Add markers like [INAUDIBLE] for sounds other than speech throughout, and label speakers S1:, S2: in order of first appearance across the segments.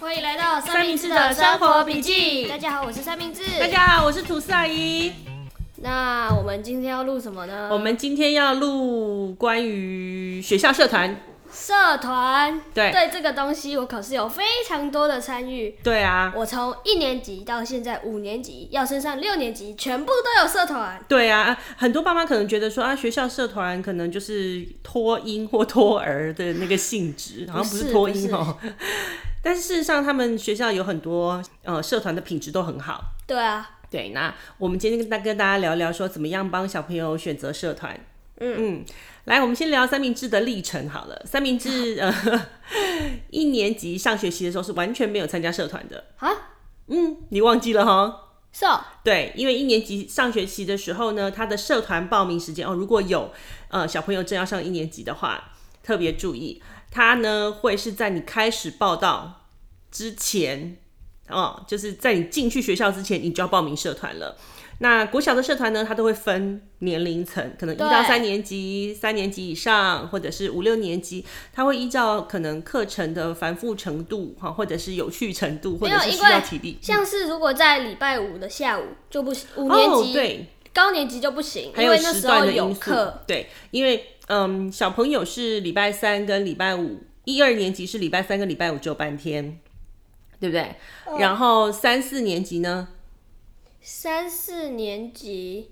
S1: 欢迎来到
S2: 三明治的生活笔记
S1: 大家好，我是三明治。
S2: 大家好，我是涂阿姨。
S1: 那我们今天要录什么呢？
S2: 我们今天要录关于学校社团。
S1: 社团
S2: 对
S1: 对这个东西，我可是有非常多的参与。
S2: 对啊，
S1: 我从一年级到现在五年级，要升上六年级，全部都有社团。
S2: 对啊，很多爸妈可能觉得说啊，学校社团可能就是托婴或托儿的那个性质，好像不
S1: 不
S2: 是
S1: 是
S2: 托婴哦。但是事实上，他们学校有很多呃社团的品质都很好。
S1: 对啊，
S2: 对，那我们今天跟大跟大家聊聊说，怎么样帮小朋友选择社团。嗯来，我们先聊三明治的历程好了。三明治呃， [LAUGHS] 一年级上学期的时候是完全没有参加社团的。
S1: 啊，
S2: 嗯，你忘记了哈？
S1: 是哦，
S2: 对，因为一年级上学期的时候呢，他的社团报名时间哦，如果有呃小朋友正要上一年级的话，特别注意，他呢会是在你开始报到之前哦，就是在你进去学校之前，你就要报名社团了。那国小的社团呢，它都会分年龄层，可能一
S1: 对
S2: 到三年级、三年级以上，或者是五六年级，它会依照可能课程的繁复程度哈，或者是有趣程度，或
S1: 没
S2: 者
S1: 有
S2: 是
S1: 因
S2: 需
S1: 为
S2: 要体力。
S1: 像是如果在礼拜五的下午就不行，五年
S2: 哦、
S1: 级、
S2: 对，
S1: 高年级就不行，
S2: 还
S1: 因
S2: 有
S1: 为那
S2: 时
S1: 时
S2: 段
S1: 候
S2: 的
S1: 有
S2: 因素
S1: 课。。
S2: 对，因为嗯，小朋友是礼拜三跟礼拜五，一二年级是礼拜三跟礼拜五只有半天，对不对？
S1: 嗯
S2: 然后三四年级呢，
S1: 三四年级，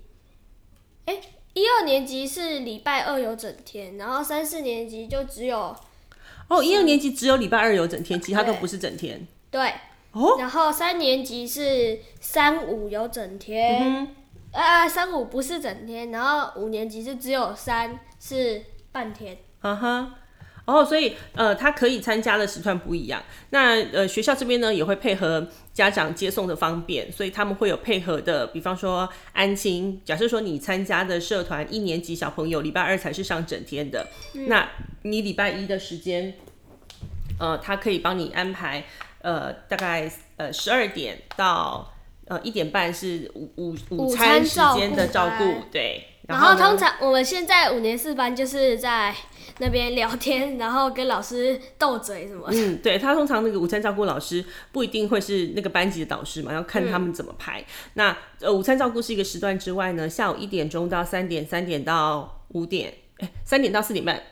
S1: 哎、一二年级是礼拜二有整天，然后三四年级就只有
S2: 哦，一二年级只有礼拜二有整天，其他都
S1: 对
S2: 不是整天。
S1: 对，
S2: 哦，
S1: 然后三年级是三五有整天，
S2: 嗯，
S1: 呃，三五不是整天，然后五年级是只有三是半天，
S2: 啊哈。哦，所以呃，他可以参加的时段不一样。那呃，学校这边呢也会配合家长接送的方便，所以他们会有配合的，比方说安亲。假设说你参加的社团一年级小朋友礼拜二才是上整天的，
S1: 嗯
S2: 那你礼拜一的时间，呃，他可以帮你安排，呃，大概呃十二点到呃一点半是午午午
S1: 午
S2: 餐
S1: 餐
S2: 时
S1: 照
S2: 间
S1: 顾
S2: 的照顾
S1: 班，
S2: 对。
S1: 然后
S2: 呢
S1: 通常我们现在五年四班就是在那边聊天，然后跟老师斗嘴什么的，
S2: 嗯， [LAUGHS] 对他通常那个午餐照顾老师不一定会是那个班级的导师嘛，要看他们怎么排。那呃，午餐照顾是一个时段之外呢，下午一点钟到三点，三点到五点，哎，三点到四点半，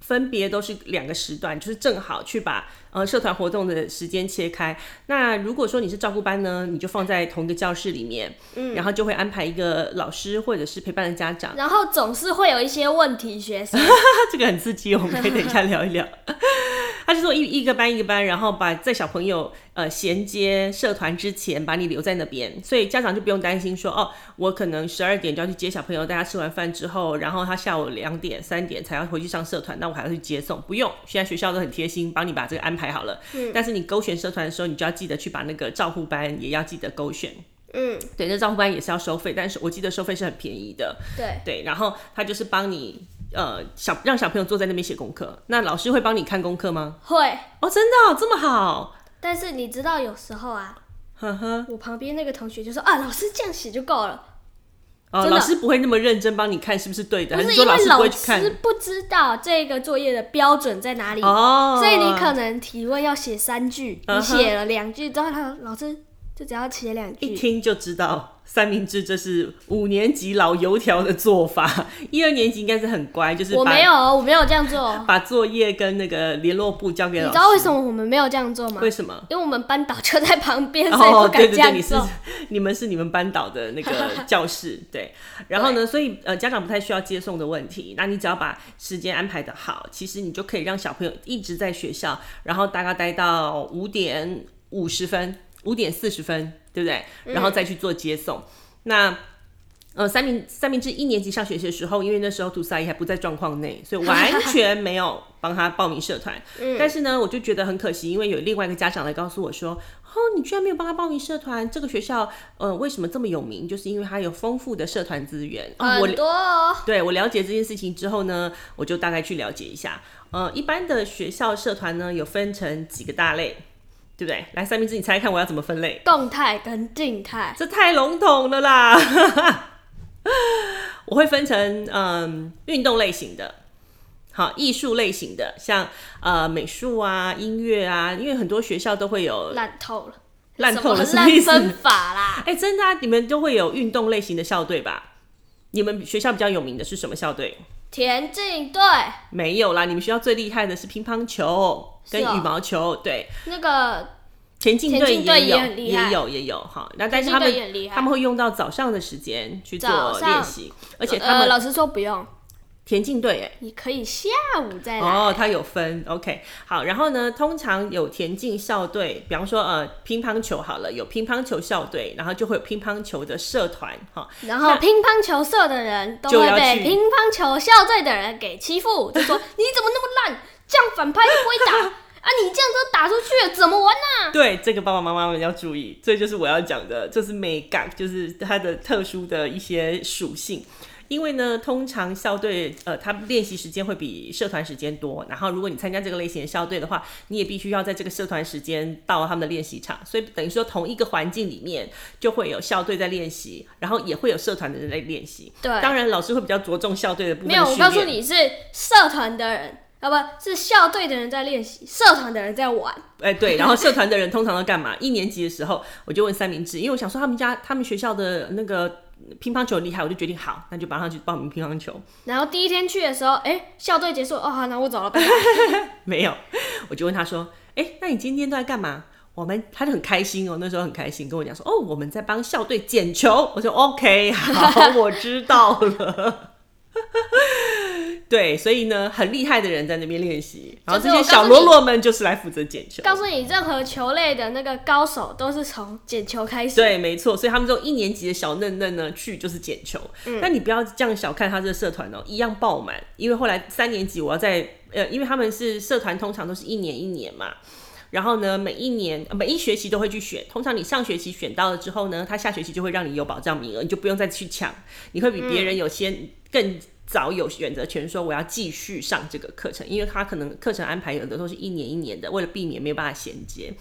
S2: 分别都是两个时段，就是正好去把呃社团活动的时间切开。那如果说你是照顾班呢，你就放在同一个教室里面，然后就会安排一个老师或者是陪伴的家长。
S1: 然后总是会有一些问题学生，
S2: [LAUGHS] 这个很刺激，我们可以等一下聊一聊。 [LAUGHS] 他就说一一个班一个班，然后把在小朋友呃衔接社团之前，把你留在那边，所以家长就不用担心说哦，我可能十二点就要去接小朋友，大家吃完饭之后，然后他下午两点三点才要回去上社团，那我还要去接送，不用，现在学校都很贴心，帮你把这个安排好了。但是你勾选社团的时候，你就要记得去把那个照护班也要记得勾选。
S1: 嗯，
S2: 对，那照护班也是要收费，但是我记得收费是很便宜的。
S1: 对。
S2: 对，然后他就是帮你呃小让小朋友坐在那边写功课，那老师会帮你看功课吗？
S1: 会，
S2: 哦，真的、哦、这么好，
S1: 但是你知道有时候啊，
S2: 呵呵，
S1: 我旁边那个同学就说啊，老师这样写就够了，
S2: 哦，
S1: 真的
S2: 老师不会那么认真帮哎你看是不是对的，
S1: 不
S2: 还
S1: 是
S2: 说
S1: 因
S2: 老
S1: 为
S2: 师不
S1: 老
S2: 会去
S1: 师
S2: 看？
S1: 不知道这个作业的标准在哪里，
S2: 哦，
S1: 所以你可能提问要写三句，
S2: 嗯
S1: 你
S2: 哼
S1: 写了两句之后，他说老师就只要写两
S2: 一
S1: 句，
S2: 听就知道三明治这是五年级老油条的做法，一二年级应该是很乖，就是
S1: 我
S2: 把
S1: 没有，我没有这
S2: [LAUGHS]
S1: 样做，
S2: 把作业跟那个联络簿交给
S1: 你
S2: 老
S1: 知
S2: 师，
S1: 道为什么我们没有这样做吗
S2: 为？什么？
S1: 因为我们班导就在旁
S2: [LAUGHS]
S1: 边，所以
S2: 哦，
S1: 不
S2: 对
S1: 敢
S2: 对
S1: 这
S2: 对，
S1: 样
S2: 你是
S1: 做。
S2: [LAUGHS] 你们是你们班导的那个教室，对。然后呢，所以呃，家长不太需要接送的问题，那你只要把时间安排的好，其实你就可以让小朋友一直在学校，然后大概待到五点五十分、五点四十分，对不对？然
S1: 嗯
S2: 后再去做接送。那呃，三明三明治一年级上学期的时候，因为那时候涂萨姨还不在状况内，所以完全没有帮他报名社团。但是呢，我就觉得很可惜，因为有另外一个家长来告诉我说：“哦，你居然没有帮他报名社团，这个学校呃为什么这么有名？就是因为它有丰富的社团资源。”哦，我
S1: 很多哦，
S2: 对我了解这件事情之后呢，我就大概去了解一下。呃，一般的学校社团呢，有分成几个大类，对不对？来，三明治，你猜看我要怎么分类？
S1: 动态跟静态，
S2: 这太笼统了啦！ [LAUGHS] 我会分成嗯运动类型的，好，艺术类型的，像呃美术啊、音乐啊，因为很多学校都会有，
S1: 烂透了，
S2: 烂透了
S1: 什
S2: 什么
S1: 么
S2: 意
S1: 烂
S2: 思
S1: 分法啦。
S2: 哎、真的啊，你们都会有运动类型的校队吧？你们学校比较有名的是什么校队？
S1: 田径队
S2: 没有啦，你们学校最厉害的是乒乓球跟
S1: 是哦
S2: 羽毛球，对，
S1: 那个
S2: 田径队
S1: 田径队
S2: 也有，
S1: 也很厉害
S2: 有，也有哈。那但
S1: 田
S2: 是
S1: 径
S2: 他
S1: 队
S2: 们
S1: 也很厉害
S2: 他，们会用到早上的时间去
S1: 早
S2: 做
S1: 上
S2: 练习，而且他
S1: 呃，
S2: 们、
S1: 老师说不用，
S2: 田径队哎。
S1: 你可以下午再来。
S2: 哦，它有分，OK，好，然后呢，通常有田径校队，比方说呃乒乓球好了，有乒乓球校队，然后就会有乒乓球的社团哈，
S1: 然后乒乓球社的人都
S2: 就
S1: 会
S2: 要
S1: 被
S2: 去
S1: 乒乓球校队的人给欺负，就
S2: [LAUGHS]
S1: 说你怎么那么烂，这样反拍都不会打啊！你这样都打出去了，怎么玩啊
S2: [LAUGHS]
S1: 呢、
S2: 对，这个爸爸妈妈们要注意，这就是我要讲的，这是美感，就是它的特殊的一些属性。因为呢，通常校队呃，他练习时间会比社团时间多。然后，如果你参加这个类型的校队的话，你也必须要在这个社团时间到他们的练习场。所以等于说，同一个环境里面就会有校队在练习，然后也会有社团的人在练习。
S1: 对
S2: 当然老师会比较着重校队的部分。
S1: 没有，我告诉，你是社团的人，啊不是校队的人在练习，社团的人在玩。
S2: 哎、对，然后社团的人通常都干嘛？一年级的时候，我就问三明治，因为我想说他们家、他们学校的那个乒乓球厉害，我就决定好，那就马上去报名乒乓球。
S1: 然后第一天去的时候，哎，校队结束，哦好，那我走了，拜拜
S2: 没有，我就问他说：“哎、那你今天都在干嘛？”我们他就很开心哦，那时候很开心，跟我讲说：“哦，我们在帮校队捡球。”我说：“OK，好， [LAUGHS] 我知道了。”对，所以呢，很厉害的人在那边练习，然后这
S1: 就是
S2: 些
S1: 我告诉
S2: 小喽
S1: 你
S2: 啰们就是来负责捡球。
S1: 告诉你，任何球类的那个高手都是从捡球开始。
S2: 对，没错，所以他们这种一年级的小嫩嫩呢，去就是捡球。
S1: 嗯
S2: 但你不要这样小看他这个社团哦，一样爆满。因为后来三年级我要在呃，因为他们是社团，通常都是一年一年嘛。然后呢，每一年呃每一学期都会去选。通常你上学期选到了之后呢，他下学期就会让你有保障名额，你就不用再去抢，你会比别人有些更早有选择权，说我要继续上这个课程，因为他可能课程安排有的都是一年一年的，为了避免没有办法衔接。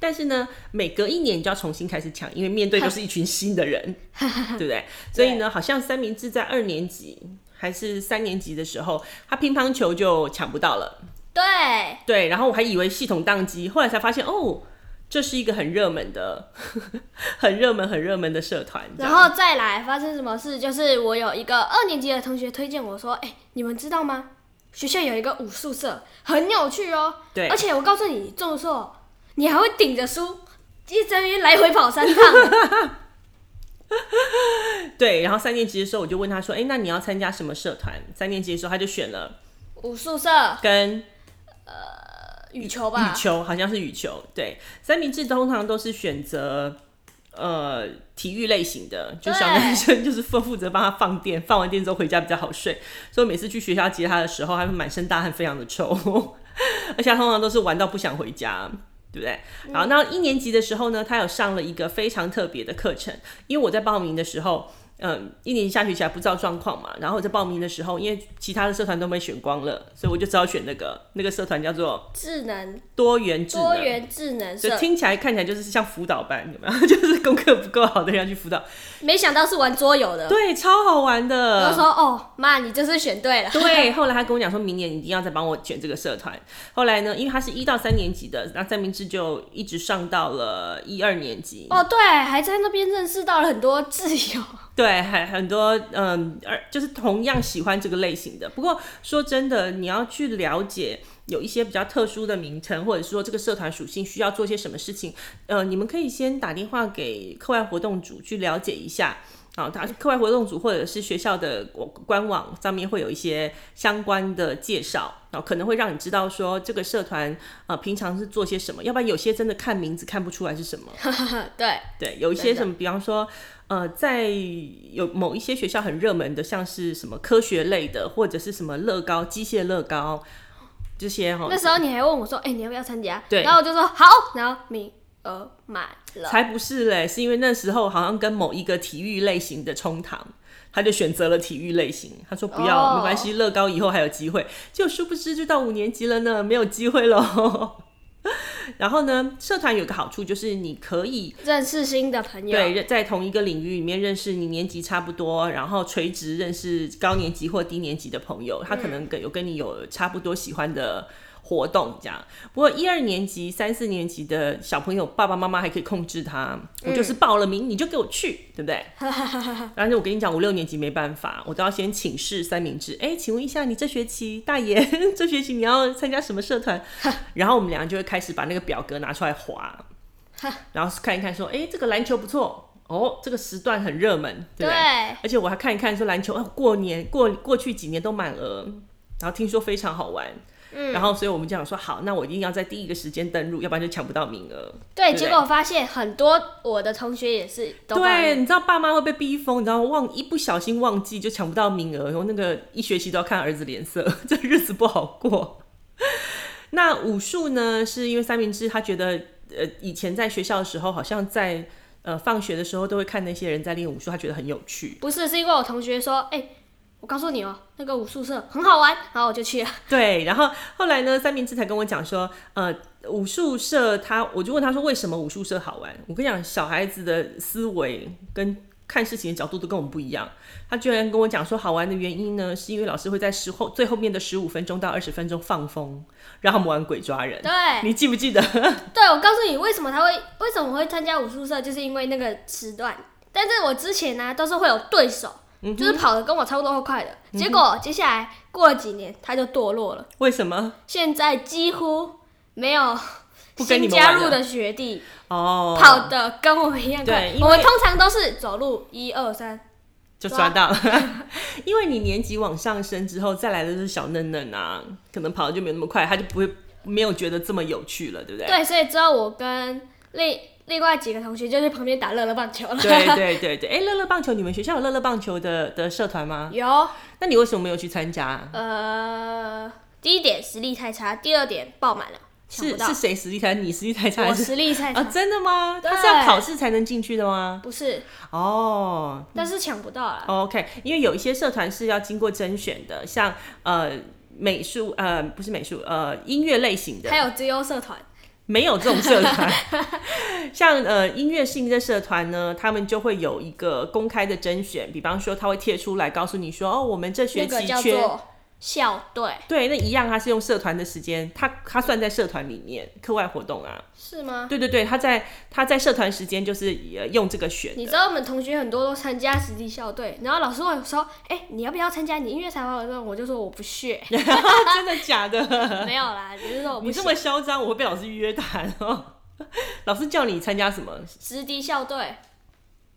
S2: 但是呢，每隔一年你就要重新开始抢，因为面对就是一群新的人，对不对？所以呢，好像三明治在二年级还是三年级的时候，他乒乓球就抢不到了。
S1: 对，
S2: 对，然后我还以为系统宕机，后来才发现哦，这是一个很热门的、 [LAUGHS] 很热门、很热门的社团。这
S1: 然
S2: 样
S1: 后再来发生什么事？就是我有一个二年级的同学推荐我说：“哎、你们知道吗？学校有一个武术社，很有趣哦。
S2: 对
S1: 而且我告诉你，中硕，你还会顶着书，一直在那边来回跑三趟。
S2: 对，然后三年级的时候我就问他说：“哎，那你要参加什么社团？”三年级的时候他就选了
S1: 武术社，
S2: 跟
S1: 羽球吧
S2: 羽，球，好像是羽球。对，三明治通常都是选择呃体育类型的，就小男生就是负负责帮他放电，放完电之后回家比较好睡。所以每次去学校接他的时候， [LAUGHS] 他会满身大汗，非常的臭，而且他通常都是玩到不想回家。对不对？好，那一年级的时候呢，他有上了一个非常特别的课程，因为我在报名的时候，嗯，一年级下学期还不知道状况嘛，然后我在报名的时候，因为其他的社团都被选光了，所以我就只好选那个那个社团叫做
S1: 智能
S2: 多元智能，
S1: 多元智能
S2: 就
S1: 社。
S2: 听起来看起来就是像辅导班，有没有？ [LAUGHS] 就是功课不够好的人要去辅导，
S1: 没想到是玩桌游的。
S2: 对，超好玩
S1: 我就
S2: 的。
S1: 说：“哦，妈，你这次选对了。
S2: 对，后来他跟我讲说，明年一定要再帮我选这个社团。后来呢，因为他是一到三年级的，那三明治就一直上到了一二年级”。
S1: 哦，对，还在那边认识到了很多挚友。 [LAUGHS]
S2: 对，还很多嗯，而就是同样喜欢这个类型的。不过说真的，你要去了解有一些比较特殊的名称，或者说这个社团属性需要做些什么事情，呃，你们可以先打电话给课外活动组去了解一下。啊，他课外活动组或者是学校的官官网上面会有一些相关的介绍，然后可能会让你知道说这个社团呃平常是做些什么，要不然有些真的看名字看不出来是什么。
S1: 对，
S2: 对，有一些
S1: 真的
S2: 什么，比方说，呃，在有某一些学校很热门的，像是什么科学类的，或者是什么乐高、机械乐高这些哈
S1: 那，时候你还问我说：“哎、你要不要参加？”
S2: 对
S1: 然后我就说：“好。”然后名额满了。
S2: 才不是嘞，是因为那时候好像跟某一个体育类型的冲堂。他就选择了体育类型，他说不要
S1: 哦
S2: 没关系，乐高以后还有机会。就殊不知，就到五年级了呢，没有机会喽。 [LAUGHS] 然后呢，社团有一个好处就是你可以
S1: 认识新的朋友，
S2: 对，认在同一个领域里面认识你年级差不多，然后垂直认识高年级或低年级的朋友，他可
S1: 嗯
S2: 能跟有跟你有差不多喜欢的活动这样。不过一二年级、三四年级的小朋友，爸爸妈妈还可以控制他，我
S1: 嗯
S2: 就是报了名你就给我去，对不对？但是我跟你讲，五六年级没办法，我都要先请示三明治。哎、请问一下，你这学期大爷 [LAUGHS] 这学期你要参加什么社 [LAUGHS] 团？然后我们两个就会开始把那个表格拿出来划， [LAUGHS] 然后看一看说，哎、这个篮球不错。哦，这个时段很热门，对不对？
S1: 对
S2: 而且我还看一看说篮球，哦，过年过过去几年都满额，然后听说非常好玩，嗯，然后所以我们就想说，好，那我一定要在第一个时间登录，要不然就抢不到名额。
S1: 对，
S2: 对
S1: 结果我发现很多我的同学也是都报
S2: 对，
S1: 名，
S2: 你知道爸妈会被逼疯，你知道忘一不小心忘记就抢不到名额，然后那个一学期都要看儿子脸色， [LAUGHS] 这日子不好过。那武术呢，是因为三明治他觉得，呃，以前在学校的时候，好像在呃放学的时候都会看那些人在练武术，他觉得很有趣。
S1: 不是是因为我同学说，哎、我告诉你哦、那个武术社很好玩，然后我就去
S2: [LAUGHS]
S1: 了。
S2: 对，然后后来呢，三明治才跟我讲说，呃，武术社他，我就问他说为什么武术社好玩？我跟你讲，小孩子的思维跟看事情的角度都跟我们不一样。他居然跟我讲说好玩的原因呢，是因为老师会在时后最后面的十五分钟到二十分钟放风，让他们玩鬼抓人。
S1: 对，
S2: 你记不记得？ [LAUGHS]
S1: 对，我告诉你，为什么他会，为什么我会参加武术社，就是因为那个时段。但是我之前呢、都是会有对手，
S2: 嗯
S1: 就是跑得跟我差不多快的。结果接下来过了几年，他就堕落了。
S2: 为什么？
S1: 现在几乎没有
S2: 不跟你
S1: 新
S2: 们玩
S1: 加
S2: 了
S1: 入的学弟
S2: 哦，
S1: 跑得跟我们一样快
S2: 对因。为
S1: 我们通常都是走路一二三，
S2: 就抓到了， [LAUGHS] 因为你年级往上升之后，再来的就是小嫩嫩啊，可能跑的就没有那么快，他就不会没有觉得这么有趣了，对不对？
S1: 对，所以之后我跟另另外几个同学就去旁边打乐乐棒球了。
S2: 对对对 [LAUGHS] 对，哎、乐乐棒球，你们学校有乐乐棒球的的社团吗？
S1: [LAUGHS] 有
S2: 那你为什么没有去参加啊？
S1: 呃，第一点实力太差，第二点爆满了，抢不
S2: 是
S1: 到
S2: 是。谁实力差？你实力太差
S1: 我
S2: 还是？
S1: 实力太差，
S2: 啊，真的吗？
S1: 对
S2: 他是要考试才能进去的吗？
S1: 不是，
S2: 哦、
S1: 但是抢不到啦。
S2: o k 因为有一些社团是要经过甄选的，像呃美术呃不是美术呃音乐类型的
S1: 还，有资优社团，
S2: 没有这种社团。 [LAUGHS] 像呃音乐性的社团呢，他们就会有一个公开的甄选，比方说他会贴出来告诉你说，哦，我们这学
S1: 那个
S2: 期
S1: 叫
S2: 缺
S1: 做校队，
S2: 对，那一样，他是用社团的时间，他他算在社团里面课外活动啊。
S1: 是吗？
S2: 对对对，他在他在社团时间就是呃用这个选
S1: 你知
S2: 的。
S1: 道我们同学很多都参加实体校队，然后老师问我说：“哎、你要不要参加你音乐才华活动？”我就说我不
S2: [LAUGHS]
S1: 屑，
S2: 真
S1: [LAUGHS]
S2: 的假的？
S1: 没有啦，只是说我不
S2: 你
S1: 屑
S2: 这。么嚣张，我会被老师约谈哦。老师叫你参加什么
S1: 实体校队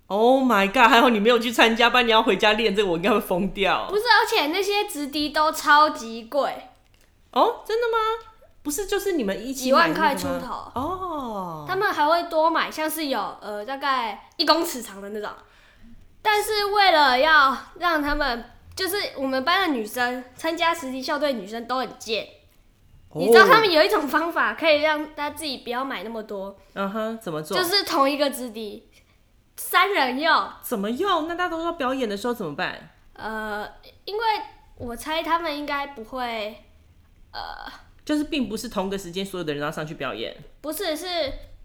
S2: ？Oh my god！还好你没有去参加，不然你要回家练这个，我应该会疯掉
S1: 不。是，啊而且那些直敌都超级贵，
S2: 哦，真的吗？不是，就是你们一起
S1: 几万
S2: 买那
S1: 块
S2: 个
S1: 出
S2: 吗
S1: 头
S2: 哦。
S1: 他们还会多买，像是有呃大概一公尺长的那种。但是为了要让他们，就是我们班的女生参加实体校队，女生都很贱。你知道他
S2: 哦？
S1: 们有一种方法可以让他自己不要买那么多，
S2: 嗯哼，怎么做？
S1: 就是同一个质地，三人用。
S2: 怎么用？那大家都说表演的时候怎么办？
S1: 呃，因为我猜他们应该不会，呃
S2: 就是并不是同个时间所有的人要上去表演，
S1: 不是是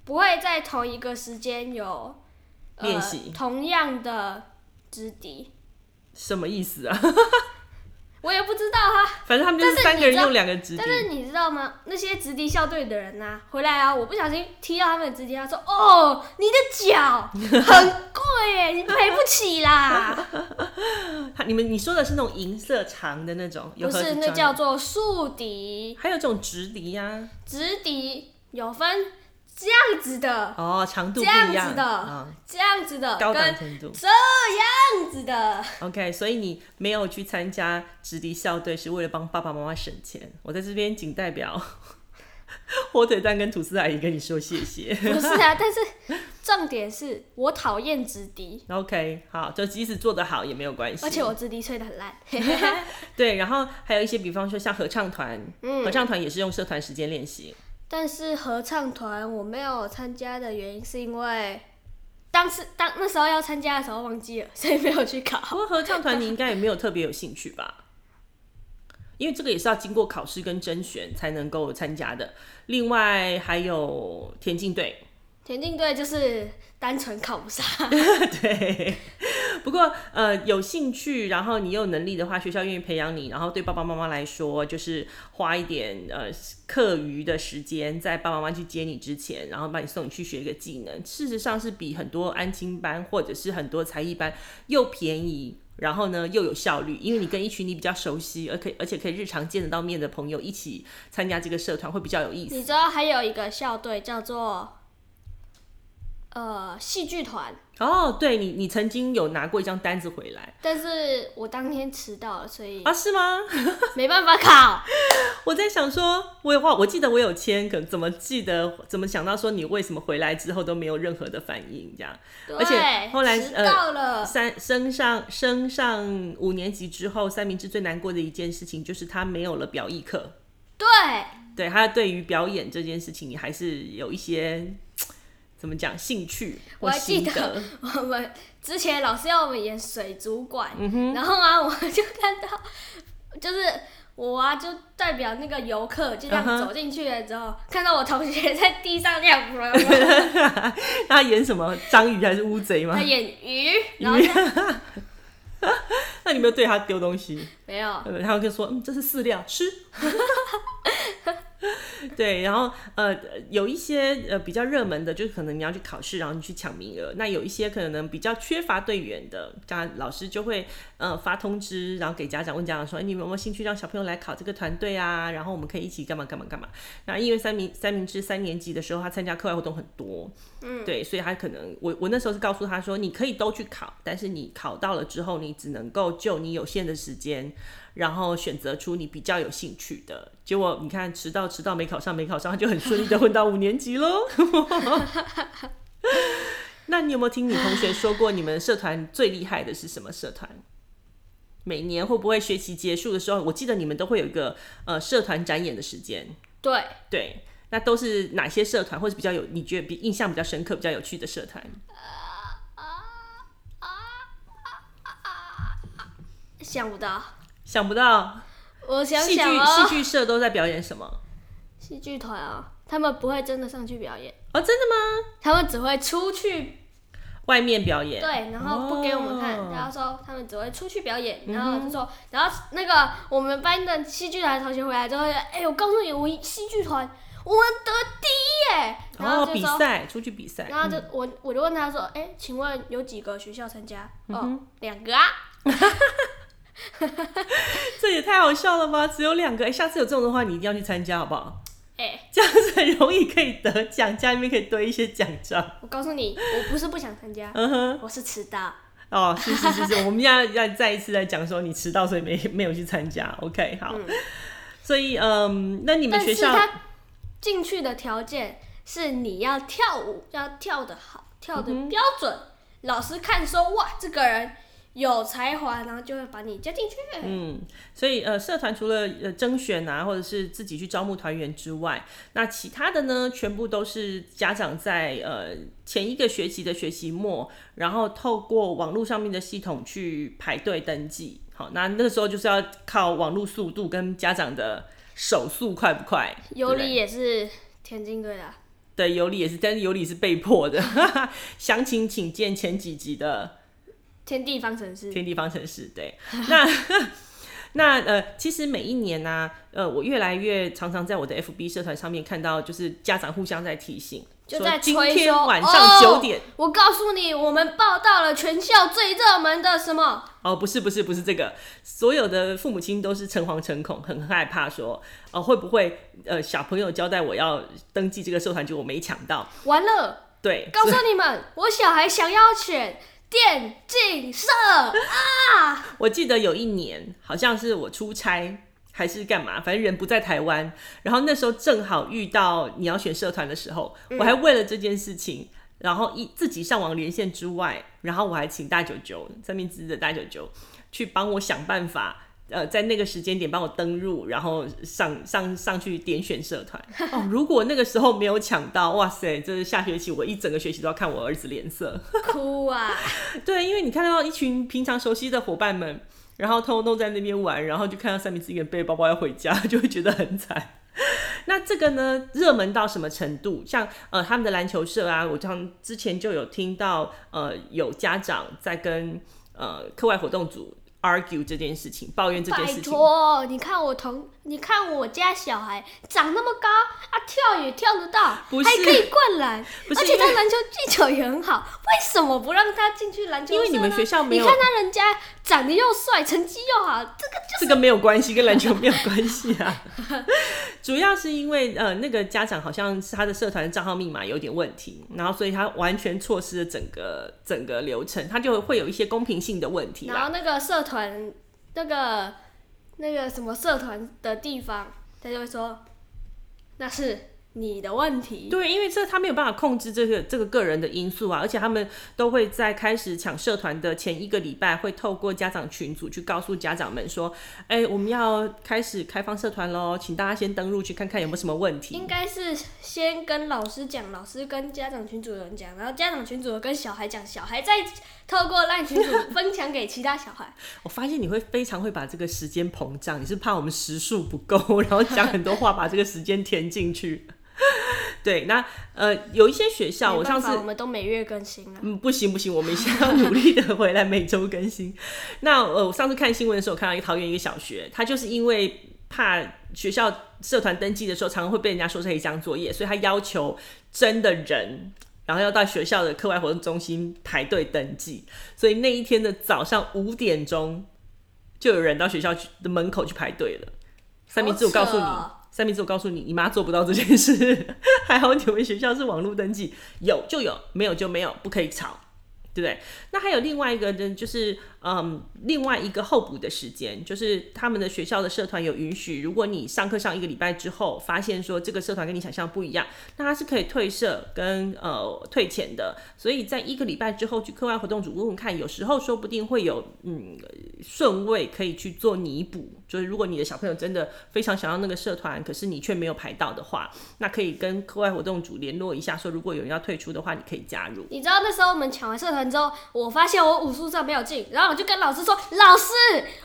S1: 不会在同一个时间有呃
S2: 练习
S1: 同样的质地，
S2: 什么意思啊？ [LAUGHS]
S1: 我也不知道啊。
S2: 反正他们就是三个人用两个直笛
S1: 但，是你知道吗？那些直敌校队的人呐、回来啊，我不小心踢到他们的直敌，他说：“哦，你的脚很贵耶，你赔不
S2: [LAUGHS]
S1: 起啦。”
S2: 他你们你说的是那种银色长的那种，有
S1: 不
S2: 盒子
S1: 是，那
S2: 装的
S1: 叫做竖笛。
S2: 还有这种直笛呀、
S1: 直笛有分这样子的、
S2: 哦，长度不一
S1: 这样
S2: 样
S1: 子的
S2: 啊、
S1: 这样子的
S2: 高
S1: 跟
S2: 档程度。
S1: 这样子的。
S2: OK，所以你没有去参加直笛校队，是为了帮爸爸妈妈省钱。我在这边仅代表 [LAUGHS] 火腿蛋跟吐司阿姨跟你说谢谢。 [LAUGHS]
S1: 不是啊，但是重点是我讨厌直笛，
S2: OK，好，就即使做得好也没有关系。
S1: 而且我直笛吹得很烂。
S2: 对，然后还有一些，比方说像合唱团，
S1: 嗯
S2: 合唱团也是用社团时间练习。
S1: 但是合唱团我没有参加的原因是因为。当时当那时候要参加的时 [LAUGHS] 候忘记了，所以没有去考。
S2: 不过合唱团你应该也没有特别有兴趣吧？因为这个也是要经过考试跟甄选才能够参加的。另外还有田径队，
S1: 田径队就是单纯考不上，
S2: 对， [LAUGHS] 不过呃，有兴趣，然后你有能力的话，学校愿意培养你，然后对爸爸妈妈来说，就是花一点呃课余的时间，在爸爸妈妈去接你之前，然后把你送你去学一个技能，事实上是比很多安亲班或者是很多才艺班又便宜。然后呢，又有效率，因为你跟一群你比较熟悉，而可以而且可以日常见得到面的朋友一起参加这个社团，会比较有意思。
S1: 你知道还有一个校队叫做呃戏剧团，
S2: 哦，对你，你曾经有拿过一张单子回来
S1: 但是我当天迟到了，所以
S2: 啊？是吗？
S1: 没办法考。
S2: 我在想说，我有哇，我记得我有签，可怎么记得怎么想到说你为什么回来之后都没有任何的反应这样？[LAUGHS]
S1: 对
S2: 而且后来
S1: 迟
S2: 呃
S1: 到了，
S2: 三升上升上五年级之后，三明治最难过的一件事情就是他没有了表艺课。
S1: 对，
S2: 对他对于表演这件事情，你还是有一些怎么讲兴趣
S1: 我
S2: 或
S1: 还记
S2: 心
S1: 得
S2: 得。
S1: 我们之前老师要我们演水族馆，
S2: 嗯
S1: 然后啊，我就看到，就是我啊，就代表那个游客就这样
S2: 嗯哼
S1: 走进去了之后看到我同学在地上这样他
S2: 那他演什么章鱼还是乌贼吗？
S1: 演鱼，然后就
S2: [LAUGHS] 那你有没有对他丢东西？
S1: 没有，
S2: 呃，他会说，嗯，这是饲料，吃。 [LAUGHS] 对，然后呃，有一些呃比较热门的，就是可能你要去考试，然后你去抢名额。那有一些可能比较缺乏队员的，家老师就会呃发通知，然后给家长问家长说，哎，你们有没有兴趣让小朋友来考这个团队啊？然后我们可以一起干嘛干嘛干嘛。那因为三明三明治三年级的时候，他参加课外活动很多，嗯，对，所以他可能我我那时候是告诉他说，你可以都去考，但是你考到了之后，你只能够就你有限的时间，然后选择出你比较有兴趣的。结果你看，迟到迟到没考上，没考上，他就很顺利的混到五年级喽。 [LAUGHS] 那你有没有听你同学说过，你们社团最厉害的是什么社团？每年会不会学期结束的时候，我记得你们都会有一个呃社团展演的时间，
S1: 对，
S2: 对，那都是哪些社团，或者比较有你觉得比印象比较深刻、比较有趣的社团？
S1: 想不到，
S2: 想不到，
S1: 我想
S2: 戏剧
S1: 想
S2: 戏
S1: 哦，
S2: 剧社都在表演什么？
S1: 戏剧团啊，他们不会真的上去表演，
S2: 哦，真的吗？
S1: 他们只会出去
S2: 外面表演，
S1: 对，然后不给我们看，
S2: 哦嗯
S1: 然后说他们只会出去表演，然后就说，然后那个我们班的戏剧团同学回来之后，哎、我告诉你，我戏剧团我们得第一耶，然后
S2: 哦，
S1: 就
S2: 比
S1: 说，
S2: 赛，嗯出去比赛，
S1: 然后就、我我就问他说，哎、请问有几个学校参加？
S2: 嗯
S1: 哦，两个啊，
S2: 这也太好笑了吧！只有两个，哎，下次有这种的话，你一定要去参加，好不好？
S1: 哎、
S2: 这样子很容易可以得奖，家里面可以堆一些奖状。
S1: 我告诉你，我不是不想参加，
S2: 嗯哼，
S1: 我是迟到，
S2: 哦，是是是是，我们要要再一次来讲说你迟到，所以没没有去参加。OK，好。所以嗯，那你们
S1: 嗯但
S2: 学
S1: 是
S2: 校
S1: 他进去的条件是你要跳舞，要跳得好，跳得标准。老师看说哇，这个人有才华，然后就会把你加进去。
S2: 嗯，所以呃，社团除了呃征选啊，或者是自己去招募团员之外，那其他的呢，全部都是家长在呃前一个学期的学期末，然后透过网络上面的系统去排队登记。好，那那个时候就是要靠网络速度跟家长的手速快不快，对
S1: 尤
S2: 不对
S1: 里也是田径队的啊，
S2: 对，有理也是，但是有理是被迫的。 [LAUGHS] 详情请见前几集的
S1: 天地方程式。
S2: 天地方程式，对。那 [LAUGHS] 那呃，其实每一年呢、呃，我越来越常常在我的 FB 社团上面看到，就是家长互相在提醒，
S1: 就
S2: 说
S1: 在
S2: 今
S1: 催
S2: 天
S1: 收
S2: 晚上九点。
S1: 哦。我告诉你，我们报到了全校最热门的什么？
S2: 哦，不是不是不是这个，所有的父母亲都是诚惶诚恐，很害怕说，哦、会不会呃小朋友交代我要登记这个社团，结果我没抢到，
S1: 完了，
S2: 对，
S1: 告诉你们，我小孩想要选电竞社。
S2: [LAUGHS] 我记得有一年，好像是我出差还是干嘛，反正人不在台湾。然后那时候正好遇到你要选社团的时候，我还为了这件事情，然后一自己上网连线之外，然后我还请大九九三明治的大九九去帮我想办法。呃，在那个时间点帮我登录，然后上上上去点选社团。哦，如果那个时候没有抢到，哇塞，这是下学期我一整个学期都要看我儿子脸色。
S1: 哭啊！
S2: [LAUGHS] 对，因为你看到一群平常熟悉的伙伴们，然后通通在那边玩，然后就看到三明治一个人背着包包要回家， [LAUGHS] 就会觉得很惨。 [LAUGHS] 那这个呢，热门到什么程度？像呃，他们的篮球社啊，我常之前就有听到呃，有家长在跟呃课外活动组 argue 这件事情，抱怨这件
S1: 拜
S2: 事情。
S1: 托，你看我同，你看我家小孩长那么高啊，跳也跳得到，
S2: 不是
S1: 还可以灌篮，
S2: 不是
S1: 而且
S2: 因为
S1: 他篮球技巧也很好，为什么不让他进去篮球社
S2: 因为
S1: 呢？
S2: 你们学校没
S1: 你
S2: 有
S1: 看他人家长得又帅，成绩又好，这个
S2: [LAUGHS] 这个没有关系，跟篮球没有关系啊。 [LAUGHS] 主要是因为呃，那个家长好像是他的社团账号密码有点问题，然后所以他完全错失了整个整个流程，他就会有一些公平性的问题
S1: 然
S2: 啦。
S1: 后那个社团，那个那个什么社团的地方，他就会说那是你的问题。
S2: 对，因为这他没有办法控制这个这个个人的因素啊，而且他们都会在开始抢社团的前一个礼拜，会透过家长群组去告诉家长们说，哎、我们要开始开放社团喽，请大家先登录去看看有没有什么问题。
S1: 应该是先跟老师讲，老师跟家长群主人讲，然后家长群主跟小孩讲，小孩再透过烂群主分享给其他小孩。
S2: [LAUGHS] 我发现你会非常会把这个时间膨胀，你是怕我们时数不够，然后讲很多话把这个时间填进去。 [LAUGHS] 对，那呃，有一些学校，
S1: 没
S2: 我
S1: 办
S2: 上
S1: 法
S2: 次
S1: 我们都每月更新啊，
S2: 嗯，不行不行，我们现在要努力的回来每周更新。那呃，我上次看新闻的时候，看到一个桃园一个小学，他就是因为怕学校社团登记的时候，常常会被人家说是黑箱作业，所以他要求真的人。然后要到学校的课外活动中心排队登记，所以那一天的早上五点钟，就有人到学校去的门口去排队了。三明治，我告诉你
S1: 好扯哦，
S2: 三明治，我告诉你，你妈做不到这件事。 [LAUGHS] 还好你们学校是网络登记，有就有，没有就没有，不可以吵，对不对？那还有另外一个呢，就是嗯，另外一个候补的时间，就是他们的学校的社团有允许，如果你上课上一个礼拜之后，发现说这个社团跟你想象不一样，那它是可以退社跟呃退钱的。所以在一个礼拜之后去课外活动组问问看，有时候说不定会有嗯顺位可以去做弥补。就是如果你的小朋友真的非常想要那个社团，可是你却没有排到的话，那可以跟课外活动组联络一下，说如果有人要退出的话，你可以加入。
S1: 你知道那时候我们抢完社团之后，我发现我武术上没有进，然后我就跟老师说：“老师，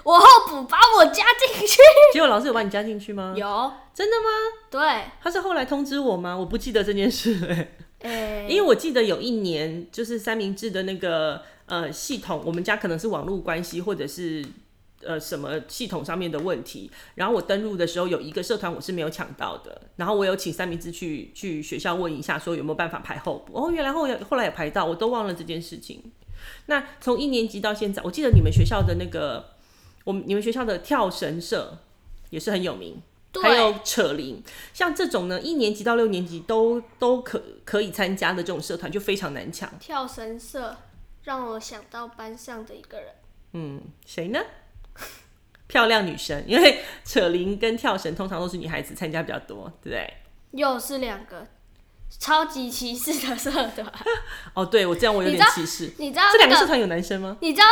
S1: 我候补把我加进
S2: [LAUGHS]
S1: 去。
S2: 结果老师有把你加进去”吗？
S1: 有，
S2: 真的吗？
S1: 对，诶、
S2: 他是后来通知我吗？我不记得这件事、 [LAUGHS] 欸，因为我记得有一年就是三明治的那个呃系统，我们家可能是网络关系或者是。呃，什么系统上面的问题？然后我登录的时候有一个社团我是没有抢到的，然后我有请三明治去去学校问一下，说有没有办法排候补。哦，原来后后来有排到，我都忘了这件事情。那从一年级到现在，我记得你们学校的那个，我们你们学校的跳绳社也是很有名，
S1: 对
S2: 还有扯铃，像这种呢，一年级到六年级都都可可以参加的这种社团就非常难抢。
S1: 跳绳社让我想到班上的一个人，
S2: 嗯，谁呢？ [LAUGHS] 漂亮女生，因为扯铃跟跳绳通常都是女孩子参加比较多，对不对？
S1: 又是两个超级骑士的社团。 [LAUGHS]
S2: 哦，对我这样我有
S1: 你
S2: 点
S1: 知道
S2: 歧视。
S1: 你知道
S2: 这两个社
S1: 那个？
S2: 团有男生吗？
S1: 你知道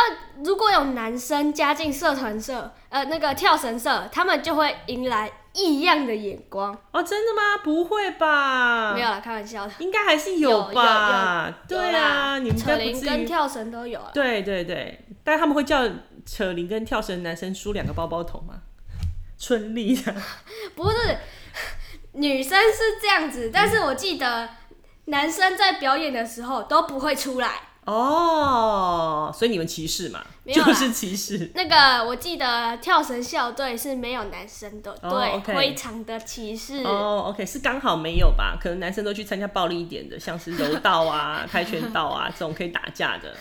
S1: 如果有男生加进社团社，呃，那个跳绳社，他们就会迎来异样的眼光。
S2: 哦，真的吗？不会吧？
S1: 没有啦，开玩笑的。
S2: 应该还是
S1: 有
S2: 吧？
S1: 有
S2: 嗯对啊，
S1: 有啦
S2: 你们应
S1: 扯
S2: 该不
S1: 铃
S2: 至
S1: 跟
S2: 于。
S1: 跳绳都有啊。
S2: 对对对，但他们会叫扯铃跟跳绳男生梳两个包包头吗？春丽啊，
S1: 不是，女生是这样子，但是我记得男生在表演的时候都不会出来。
S2: 哦，所以你们歧视嘛，
S1: 没有啦
S2: 就是歧视。
S1: 那个我记得跳绳校队是没有男生的，
S2: 哦
S1: 对，
S2: OK
S1: 非常的歧视。
S2: 哦，OK，是刚好没有吧？可能男生都去参加暴力一点的，像是柔道
S1: [LAUGHS]
S2: 啊、跆拳道啊这种可以打架的。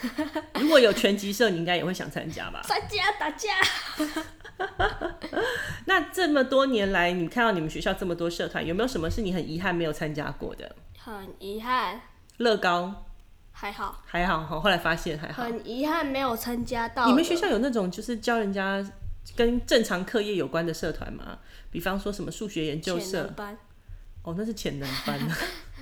S2: 如果有拳击社，你应该也会想参
S1: [LAUGHS]
S2: 加吧？
S1: 三家打架，
S2: 那这么多年来，你看到你们学校这么多社团，有没有什么是你很遗憾没有参加过的？
S1: 很遗憾，
S2: 乐高
S1: 还好，
S2: 还好，哈，后来发现还好。
S1: 很遗憾没有参加到的。
S2: 你们学校有那种就是教人家跟正常课业有关的社团吗？比方说什么数学研究
S1: 潜
S2: 社
S1: 能？班
S2: 哦，那是潜能班。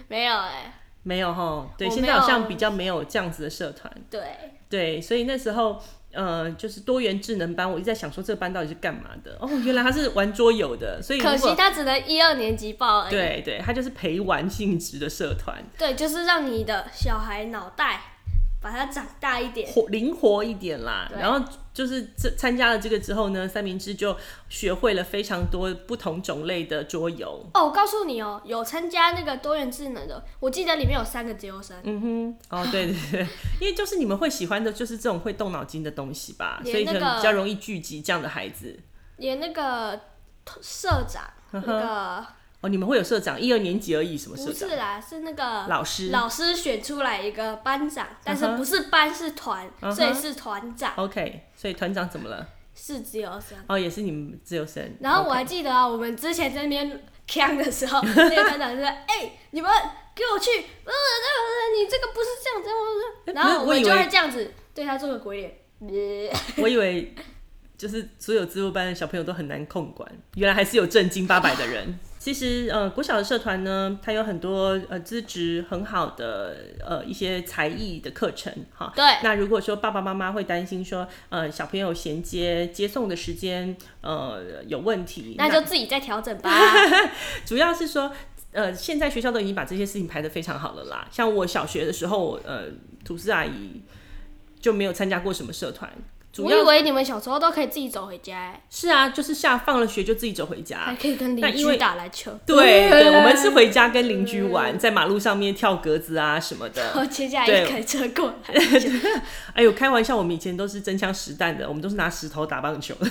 S1: 没有哎、
S2: 没有哈，对，
S1: 我
S2: 现
S1: 没
S2: 在好
S1: 有
S2: 像比较没有这样子的社团，
S1: 对，
S2: 对，所以那时候呃，就是多元智能班，我一直在想说这个班到底是干嘛的？哦，原来他是玩桌游
S1: [LAUGHS]
S2: 的，所以如
S1: 可惜
S2: 果
S1: 他只能一二年级报而已。
S2: 对对，他就是陪玩性质的社团，
S1: 对，就是让你的小孩脑袋把它长大一点。
S2: 活灵活一点啦。
S1: 对
S2: 然后就是这参加了这个之后呢，三明治就学会了非常多不同种类的桌游。
S1: 哦，我告诉你哦，有参加那个多元智能的，我记得里面有三个自由生，
S2: 嗯哼，哦，对对对，因为就是你们会喜欢的，就是这种会动脑筋的东西吧，
S1: [LAUGHS] 连
S2: 所以可
S1: 那
S2: 能
S1: 个
S2: 比较容易聚集这样的孩子。
S1: 连那个社长，那个
S2: 哦，你们会有社长，一二年级而已，什么社
S1: 不
S2: 长？
S1: 是啦，是那个
S2: 老师。
S1: 老师选出来一个班长，但
S2: 嗯
S1: 是
S2: 哼
S1: 不是班是团
S2: 嗯，哼
S1: 所以是团长
S2: OK，所以团长怎么了？
S1: 是自由生。
S2: 哦，也是你们自由生。哦
S1: 然后我
S2: OK
S1: 还记得啊，我们之前在那边呛
S2: [LAUGHS]
S1: 的时候，那个班长就说：“哎、你们给我去，呃，那个你这个不是这样子。我
S2: 哎
S1: 说”然
S2: 不
S1: 后
S2: 是
S1: 我
S2: 我以
S1: 们就
S2: 为
S1: 会这样子对他做个鬼脸。
S2: 我以为就是所有自助班的小朋友都很难控管，原来还是有正经八百的
S1: [LAUGHS]
S2: 人。其实，呃，国小的社团呢，它有很多呃资质很好的呃一些才艺的课程哈。
S1: 对
S2: 那如果说爸爸妈妈会担心说，呃，小朋友衔接接送的时间呃有问题，
S1: 那就自己再调整吧。
S2: 主要是说，呃，现在学校都已经把这些事情排得非常好了啦。像我小学的时候，呃，吐司阿姨就没有参加过什么社团， [LAUGHS] 主
S1: 我以
S2: 要
S1: 为你们小时候都可以自己走回家、哎
S2: 是啊，就是下放了学就自己走回
S1: 还
S2: 家。
S1: 可以跟
S2: 啊那
S1: 邻
S2: 因为
S1: 居打篮
S2: [LAUGHS]
S1: 球。
S2: 对对，我们是回家跟邻居玩，在马路上面跳格子啊什么
S1: 然 [LAUGHS]
S2: 的。
S1: 后接下来
S2: 对
S1: 一开车过来，
S2: 哎呦，开玩笑，我们以前都是真枪实弹的，我们都是拿石头打棒球。 [LAUGHS]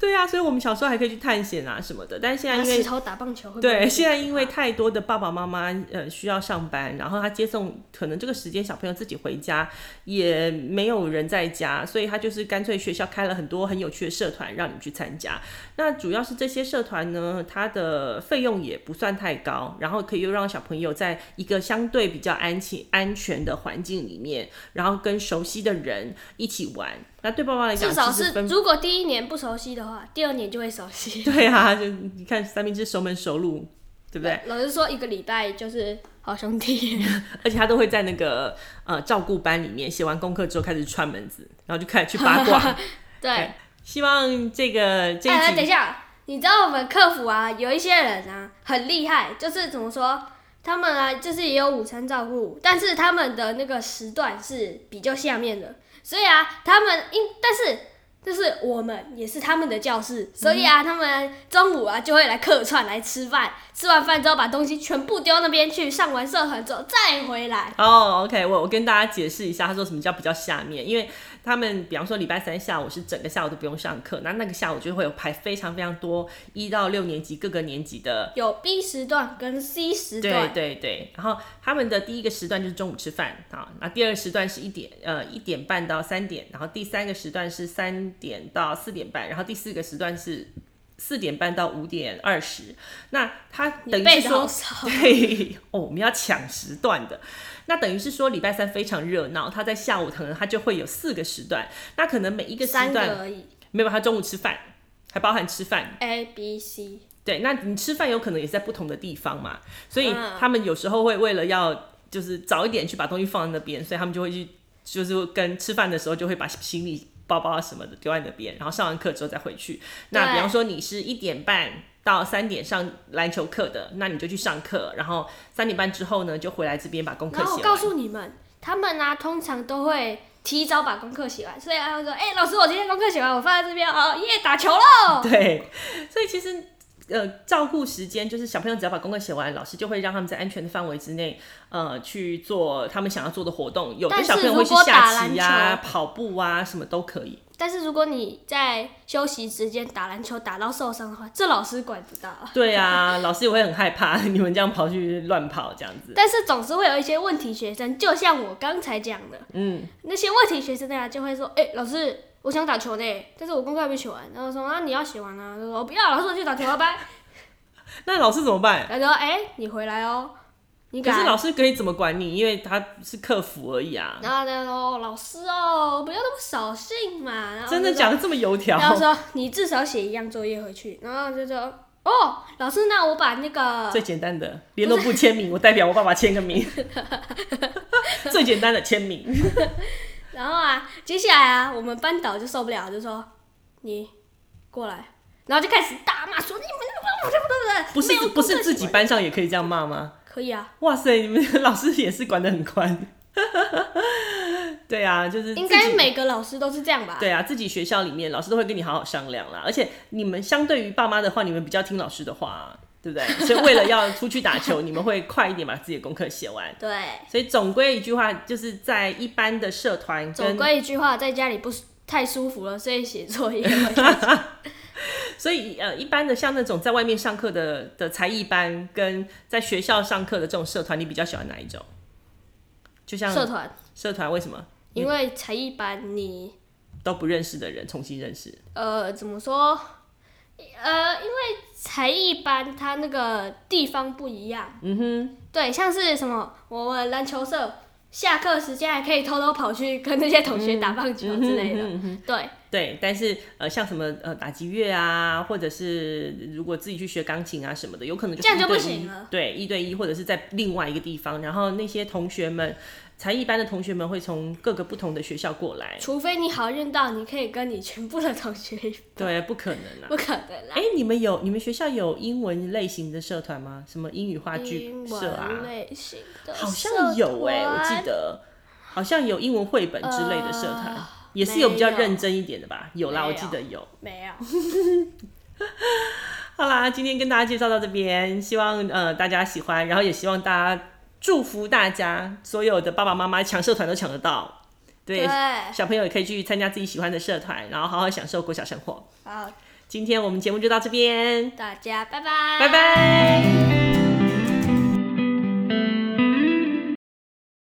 S2: 对啊，所以我们小时候还可以去探险啊什么的，但是现在
S1: 拿
S2: 因为
S1: 石头打棒球会不会
S2: 对，现在因为太多的爸爸妈妈呃需要上班，然后他接送可能这个时间小朋友自己回家也没有人在家，所以他就是干脆学校开了很多很有趣的社团让你去参加。那主要是这些社团呢，它的费用也不算太高，然后可以又让小朋友在一个相对比较安全安全的环境里面，然后跟熟悉的人一起玩。那对爸爸来讲，
S1: [LAUGHS] 至少
S2: 其实
S1: 是
S2: 分
S1: 如果第一年不熟悉的话，第二年就会熟悉。
S2: 对啊，就你看三明治熟门熟路，对不对？
S1: 老师说一个礼拜就是好兄
S2: [LAUGHS]
S1: 弟，
S2: 而且他都会在那个呃照顾班里面写完功课之后开始串门子，然后就开始去八卦。
S1: 对。
S2: 希望这个这
S1: 哎，
S2: 一
S1: 等一
S2: 集
S1: 下，你知道我们客服啊，有一些人啊很厉害，就是怎么说，他们啊就是也有午餐照顾，但是他们的那个时段是比较下面的，所以啊，他们应但是就是我们也是他们的教室，所以啊，他们中午啊就会来客串来吃饭，吃完饭之后把东西全部丢那边去，上完社团之后再回来。
S2: 哦、o k 我我跟大家解释一下，他说什么叫比较下面，因为他们比方说礼拜三下午是整个下午都不用上课，那那个下午就会有排非常非常多一到六年级各个年级的
S1: 有 B 时段跟 C 时
S2: 对
S1: 段，
S2: 对对，然后他们的第一个时段就是中午吃饭啊，那第二个时段是一点呃一点半到三点，然后第三个时段是三点到四点半，然后第四个时段是四点半到五点二十。那他等
S1: 你
S2: 于
S1: 背
S2: 是
S1: 的
S2: [LAUGHS] 说
S1: 好，啊少。
S2: 对哦，我们要抢时段的。那等于是说礼拜三非常热闹，他在下午可能他就会有四个时段，那可能每一个时
S1: 三个
S2: 段
S1: 而已
S2: 没有他中午吃饭，还包含吃饭。
S1: ，A、B、C。
S2: 对，那你吃饭有可能也是在不同的地方嘛，所以
S1: 嗯
S2: 他们有时候会为了要就是早一点去把东西放在那边，所以他们就会去就是跟吃饭的时候就会把行李、包包啊什么的丢在那边，然后上完课之后再回去。那
S1: 对
S2: 比方说你是一点半到三点上篮球课的，那你就去上课，然后三点半之后呢就回来这边把功课
S1: 然后我
S2: 写
S1: 告
S2: 完。
S1: 诉你们，他们呢、通常都会提早把功课写完，所以他会说：“哎、老师，我今天功课写完，我放在这边哦，耶，打球喽。
S2: 对，所以其实呃，照顾时间就是小朋友只要把功课写完，老师就会让他们在安全的范围之内，呃，去做他们想要做的活动。有的
S1: 但
S2: 小
S1: 是
S2: 朋友
S1: 如
S2: 会去
S1: 果打
S2: 下
S1: 篮
S2: 棋啊、跑步啊，什么都可以。”
S1: 但是如果你在休息时间打篮球打到受伤的话，这老师管不到。
S2: 对啊，老师也会很害怕你们这样跑去乱跑这样子。
S1: 但是总是会有一些问题学生，就像我刚才讲的，
S2: 嗯，
S1: 那些问题学生呀、就会说：“哎、老师，我想打球呢，但是我功课还没写完。”然后说：“啊，你要写完啊。”他说：“我不要，老师，我去打球了，拜。
S2: 那老师怎么”办？
S1: 然后说：“哎、你回来哦，你
S2: 可
S1: 敢
S2: 是老师可以怎么管你？因为他是客服而已啊。
S1: 然后他就说：“老师哦，不要那么扫兴嘛。”然后
S2: 真的
S1: 我就说？
S2: 讲的这么油条？
S1: 然后说：“你至少写一样作业回去。”然后就说：“哦，老师，那我把那个
S2: 最简单的联络部签名，我代表我爸爸签个
S1: [LAUGHS]
S2: 名。最简单的签名。
S1: 然后啊，接下来啊，我们班导就受不了，就说：‘你过来。’然后就开始大骂说：‘你们那个
S2: 不是
S1: 没有
S2: 不是
S1: 功课
S2: 自己班上也可以这样骂吗？
S1: 可以啊，
S2: 哇塞，你们 [LAUGHS] 老师也是管得很宽。 [LAUGHS] 对啊，就是
S1: 应
S2: 自己
S1: 该每个老师都是这样吧？
S2: 对啊，自己学校里面老师都会跟你好好商量啦。而且你们相对于爸妈的话，你们比较听老师的话啊、对
S1: [LAUGHS]
S2: 不对？所以为了要出去打球，你们会快一点把自己的功课写完。
S1: 对，
S2: 所以总归一句话，就是在一般的社团
S1: 总
S2: 跟，
S1: 归一句话，在家里不舒太舒服了，所以写
S2: [LAUGHS]
S1: 作业。
S2: 所以呃，一般的像那种在外面上课的的才艺班，跟在学校上课的这种社团，你比较喜欢哪一种？就像
S1: 社团，
S2: 社团为什么
S1: 因为才艺班你
S2: 都不认识的人重新认识？
S1: 呃怎么说？呃，因为才艺班它那个地方不一样，嗯哼，对，像是什么我们篮球社下课时间还可以偷偷跑去跟那些同学打棒球之类的，
S2: 嗯
S1: 对，
S2: 对，但是呃，像什么呃打击乐啊，或者是呃如果自己去学钢琴啊什么的，有可能就
S1: 这样
S2: 是一
S1: 就不
S2: 对
S1: 行
S2: 一
S1: 了。
S2: 对，一对一或者是在另外一个地方，然后那些同学们才艺班的同学们会从各个不同的学校过来，
S1: 除非你好运到你可以跟你全部的同学一，
S2: 对，不可能啊。
S1: 不可能啦。
S2: 哎、你们有你们学校有英文类型的社团吗？什么英语话剧
S1: 英
S2: 社
S1: 文
S2: 啊？
S1: 类型的
S2: 好像有哎、
S1: 社
S2: 我
S1: 团
S2: 记得好像有英文绘本之类的社团，
S1: 呃
S2: 也是有比较
S1: 没有
S2: 认真一点的吧？有啦，
S1: 没
S2: 我
S1: 有
S2: 记得有。
S1: 没有。
S2: 好啦，今天跟大家介绍到这边，希望呃大家喜欢，然后也希望大家祝福大家所有的爸爸妈妈抢社团都抢得到，对，
S1: 对
S2: 小朋友也可以去参加自己喜欢的社团，然后好好享受国小生活。
S1: 好，
S2: 今天我们节目就到这边，
S1: 大家拜拜，
S2: 拜拜